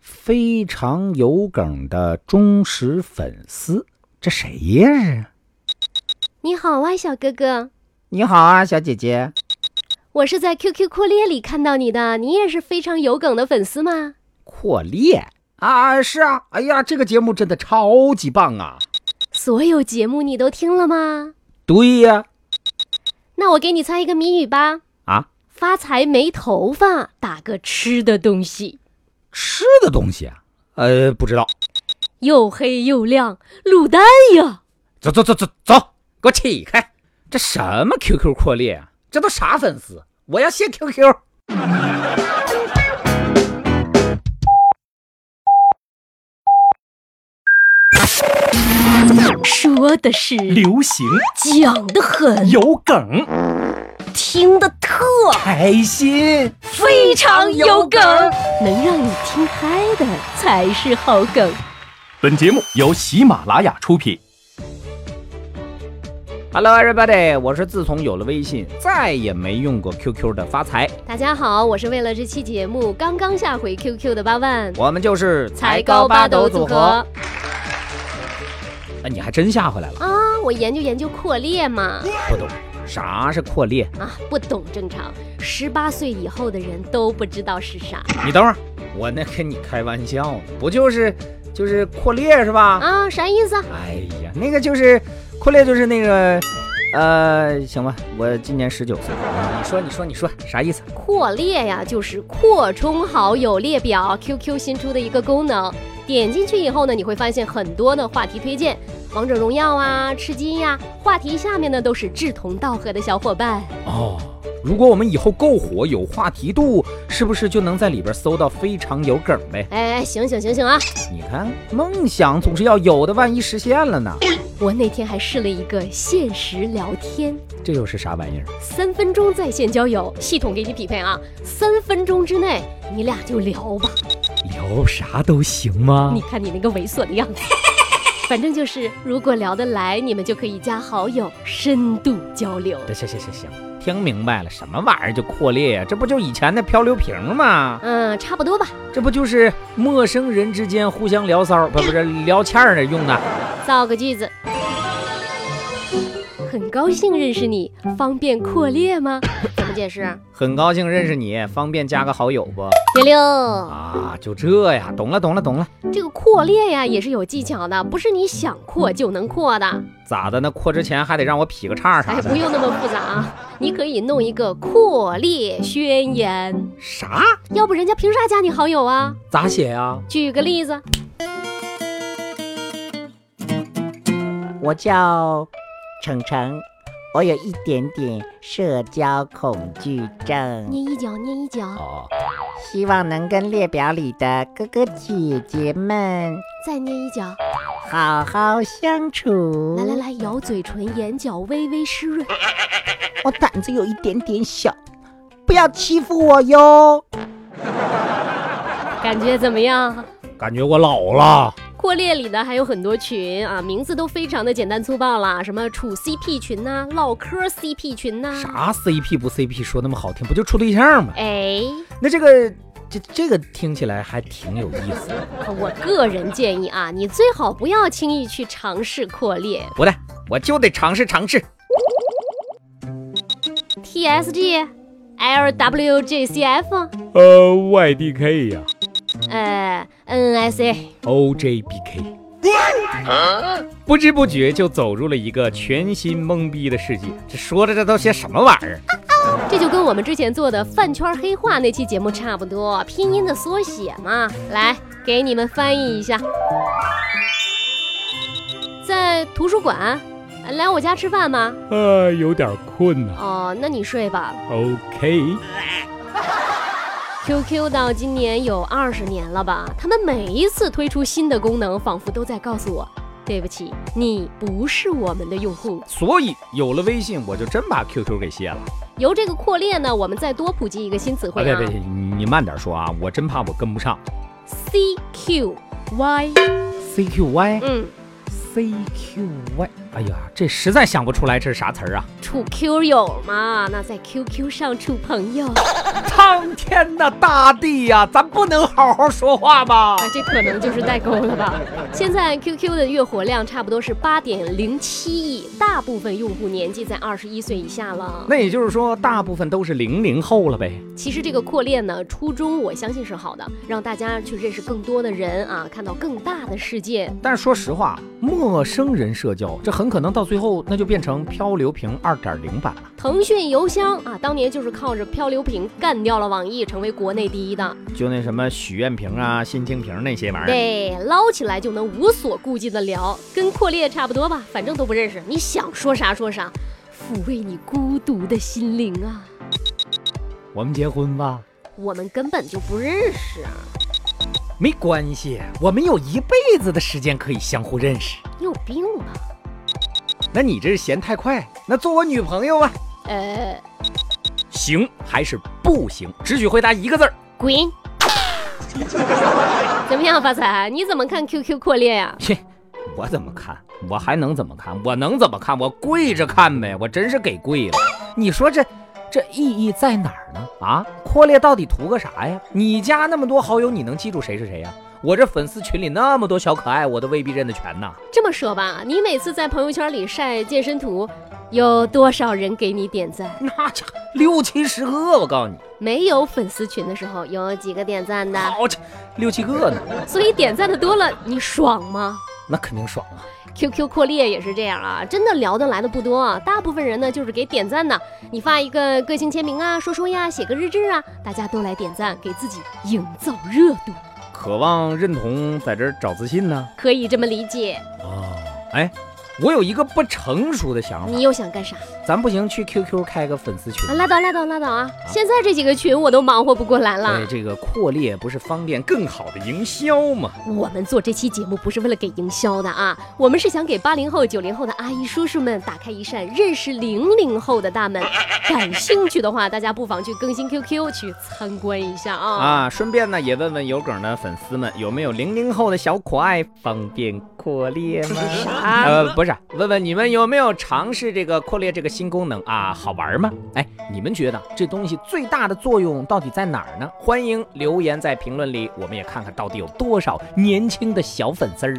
非常有梗的忠实粉丝。这谁呀？是？你好啊，小哥哥，你好啊，小姐姐。我是在 QQ 扩列里看到你的，你也是非常有梗的粉丝吗？扩列啊，是啊。哎呀，这个节目真的超级棒啊！所有节目你都听了吗？对呀、那我给你猜一个谜语吧。啊，发财没头发，打个吃的东西，吃的东西啊，呃，不知道。又黑又亮，卤蛋呀！走走走走走，给我起开！这什么 QQ 扩列啊？这都啥粉丝？我要卸 QQ。说的是，流行讲的很，有梗，听的特开心。非常有梗，能让你听嗨的才是好梗。本节目由喜马拉雅出品。 Hello everybody，我是自从有了微信再也没用过 QQ 的发财，大家好，我是为了这期节目刚刚下回 QQ 的八万我们就是才高八斗组合。哎，你还真下回来了，啊，我研究研究扩列嘛。不懂啥是扩列？啊，不懂正常，十八岁以后的人都不知道是啥你等会儿，我那跟你开玩笑呢，不就是就是扩列是吧？啊，啥意思啊？哎呀，那个就是扩列，就是那个，呃，行吧，我今年十九岁。你说，你说，你说，啥意思？扩列呀，就是扩充好友列表，QQ 新出的一个功能。点进去以后呢，你会发现很多的话题推荐，王者荣耀啊、吃鸡呀、话题下面呢都是志同道合的小伙伴。哦，如果我们以后够火，有话题度，是不是就能在里边搜到非常有梗呗？哎，行行行行啊！你看，梦想总是要有的，万一实现了呢？我那天还试了一个限时聊天，这又是啥玩意儿？三分钟在线交友，系统给你匹配啊，三分钟之内你俩就聊吧。聊啥都行吗你看你那个猥琐的样子。 反正就是，如果聊得来，你们就可以加好友，深度交流。行行行行，听明白了，什么玩意儿就扩列呀、这不就以前的漂流瓶吗？嗯，差不多吧。这不就是陌生人之间互相聊骚，不不是聊欠儿的用的？啊造个句子。很高兴认识你，方便扩列吗？怎么解释？很高兴认识你，方便加个好友不？六六，啊，就这呀，懂了，懂了，懂了。这个扩列呀也是有技巧的，不是你想扩就能扩的。咋的呢？扩之前还得让我劈个叉啥哎，的不？用那么复杂啊，你可以弄一个扩列宣言，啥？要不人家凭啥加你好友啊？咋写呀、举个例子，我叫程程，我有一点点社交恐惧症，捏一脚，捏一脚，哦，希望能跟列表里的哥哥姐姐们再捏一脚。好好相处。来来，来，咬嘴唇，眼角微微湿润。我胆子有一点点小，不要欺负我哟。感觉怎么样？感觉我老了。扩列里的还有很多群啊，名字都非常的简单粗暴啦，什么处 CP 群呐、唠嗑 CP 群呐、啥 CP 不 CP 说那么好听，不就处对象吗？哎，那这个这这个听起来还挺有意思的。我个人建议啊，你最好不要轻易去尝试扩列。不对，我就得尝试尝试。 TSG、LWGCF、呃，YDK 呀、呃 NSA， OJBK。不知不觉就走入了一个全新懵逼的世界。这说的这都些什么玩意儿？这就跟我们之前做的饭圈黑化那期节目差不多，拼音的缩写嘛。来，给你们翻译一下。在图书馆，呃来我家吃饭吗？呃，有点困呐、哦，那你睡吧。 OK， QQ 到今年有二十年了吧？他们每一次推出新的功能，仿佛都在告诉我，对不起，你不是我们的用户。所以有了微信，我就真把 QQ 给卸了。由这个扩列呢，我们再多普及一个新词汇别啊别，哎你你慢点说啊，我真怕我跟不上。 ，CQY。 CQY 嗯， CQY 哎呀，这实在想不出来这是啥词儿啊！处 Q 友嘛，那在 QQ 上处朋友，啊， 苍天呐，大地呀、咱不能好好说话吗？这可能就是代沟了吧？ 现在 QQ 的月活量差不多是八点零七亿，大部分用户年纪在二十一岁以下了。那也就是说，大部分都是零零后了呗。其实这个扩列呢，初衷我相信是好的，让大家去认识更多的人啊，看到更大的世界。但是说实话，陌生人社交这很可能到最后那就变成漂流瓶二点零版了。腾讯邮箱啊，当年就是靠着漂流瓶干掉了网易，成为国内第一的。就那什么许愿瓶啊、心情瓶那些玩意儿。对，捞起来就能无所顾忌的聊，跟扩列差不多吧，反正都不认识，你想说啥说啥，抚慰你孤独的心灵啊。我们结婚吧？我们根本就不认识啊，没关系，我们有一辈子的时间可以相互认识。你有病吧？那你这是嫌太快？那做我女朋友啊？呃，行还是不行？只许回答一个字儿。滚！ 怎么样，发财？你怎么看 QQ 扩列呀、切，我怎么看？我还能怎么看？我能怎么看？我跪着看呗，我真是给跪了。你说这这意义在哪儿呢？啊，扩列到底图个啥呀？你加那么多好友，你能记住谁是谁呀？我这粉丝群里那么多小可爱，我都未必认得全呐。这么说吧，你每次在朋友圈里晒健身图，有多少人给你点赞？那家伙六七十个，我告诉你，没有粉丝群的时候，有几个点赞的？好家伙，六七个呢，所以点赞的多了，你爽吗？那肯定爽啊。 QQ 扩列也是这样啊，真的聊得来的不多啊，大部分人呢就是给点赞的。你发一个个性签名啊，说说呀，写个日志啊，大家都来点赞，给自己营造热度，渴望认同，在这儿找自信呢。可以这么理解。哦，哎，我有一个不成熟的想法你，又想干啥？咱不行去 QQ 开个粉丝群啊，。拉倒拉倒拉倒啊！现在这几个群我都忙活不过来哎了，。这个扩列不是方便更好的营销吗？我们做这期节目不是为了给营销的啊，我们是想给八零后、九零后的阿姨叔叔们打开一扇认识零零后的大门。感兴趣的话，大家不妨去更新 QQ 去参观一下啊。啊，顺便呢也问问有梗的粉丝们，有没有零零后的小可爱方便扩哎列吗？啊啥呃，不是，问问你们有没有尝试这个扩列这个新功能啊？好玩吗？哎，你们觉得这东西最大的作用到底在哪儿呢？欢迎留言在评论里，我们也看看到底有多少年轻的小粉丝儿。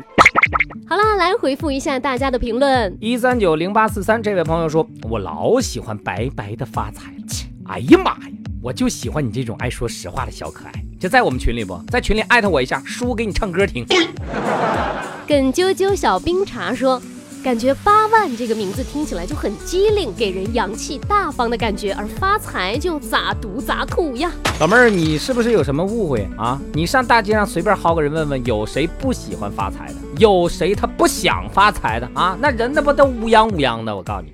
好啦，来回复一下大家的评论。一三九零八四三这位朋友说：“我老喜欢白白的发财了，切哎呀妈呀，我就喜欢你这种爱说实话的小可爱。这在我们群里不在群里艾特我一下，叔给你唱歌听。耿啾啾小冰茶说。感觉八万这个名字听起来就很机灵，给人洋气大方的感觉，而发财就咋读咋土呀。老妹儿，你是不是有什么误会啊？你上大街上随便薅个人问问，有谁不喜欢发财的？有谁他不想发财的啊？那人那不都乌泱乌泱的？我告诉你，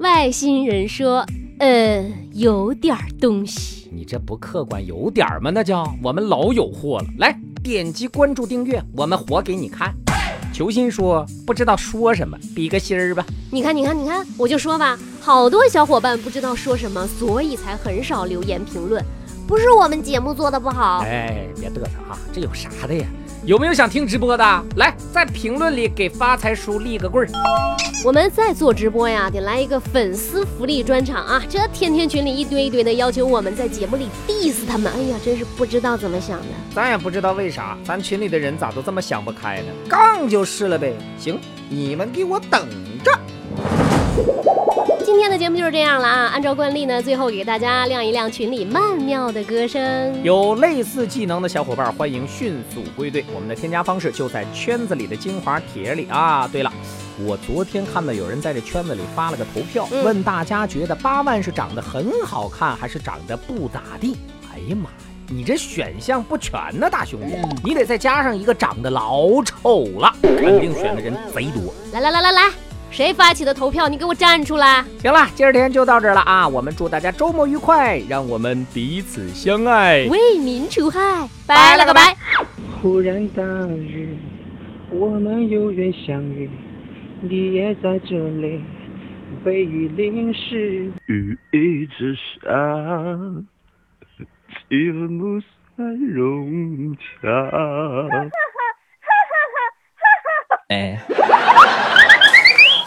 外星人说，呃，有点儿东西。你这不客观有点儿吗？那叫我们老有货了。来，点击关注订阅，我们活给你看。”球心说：“不知道说什么，比个心儿吧。”你看，你看，你看，我就说吧，好多小伙伴不知道说什么，所以才很少留言评论。不是我们节目做的不好，哎，别嘚瑟啊，这有啥的呀？有没有想听直播的？来，在评论里给发财叔立个棍儿。我们再做直播呀，得来一个粉丝福利专场啊！这天天群里一堆一堆的要求我们在节目里 diss 他们，哎呀，真是不知道怎么想的。咱也不知道为啥，咱群里的人咋都这么想不开呢？杠就是了呗。行，你们给我等着。今天的节目就是这样了啊！按照惯例呢，最后给大家亮一亮群里曼妙的歌声。有类似技能的小伙伴，欢迎迅速归队。我们的添加方式就在圈子里的精华帖里啊。对了，我昨天看到有人在这圈子里发了个投票，嗯问大家觉得八万是长得很好看，还是长得不咋地？哎呀妈呀，你这选项不全呢、大兄弟，你得再加上一个长得老丑了，肯定选的人贼多。来来来来来，谁发起的投票，你给我站出来！行了，今儿天就到这儿了啊！我们祝大家周末愉快，让我们彼此相爱。为民除害，哎拜了个拜。忽然大雨，我们有缘相遇，你也在这里，被雨淋湿。雨一直下，气氛不再融洽。哎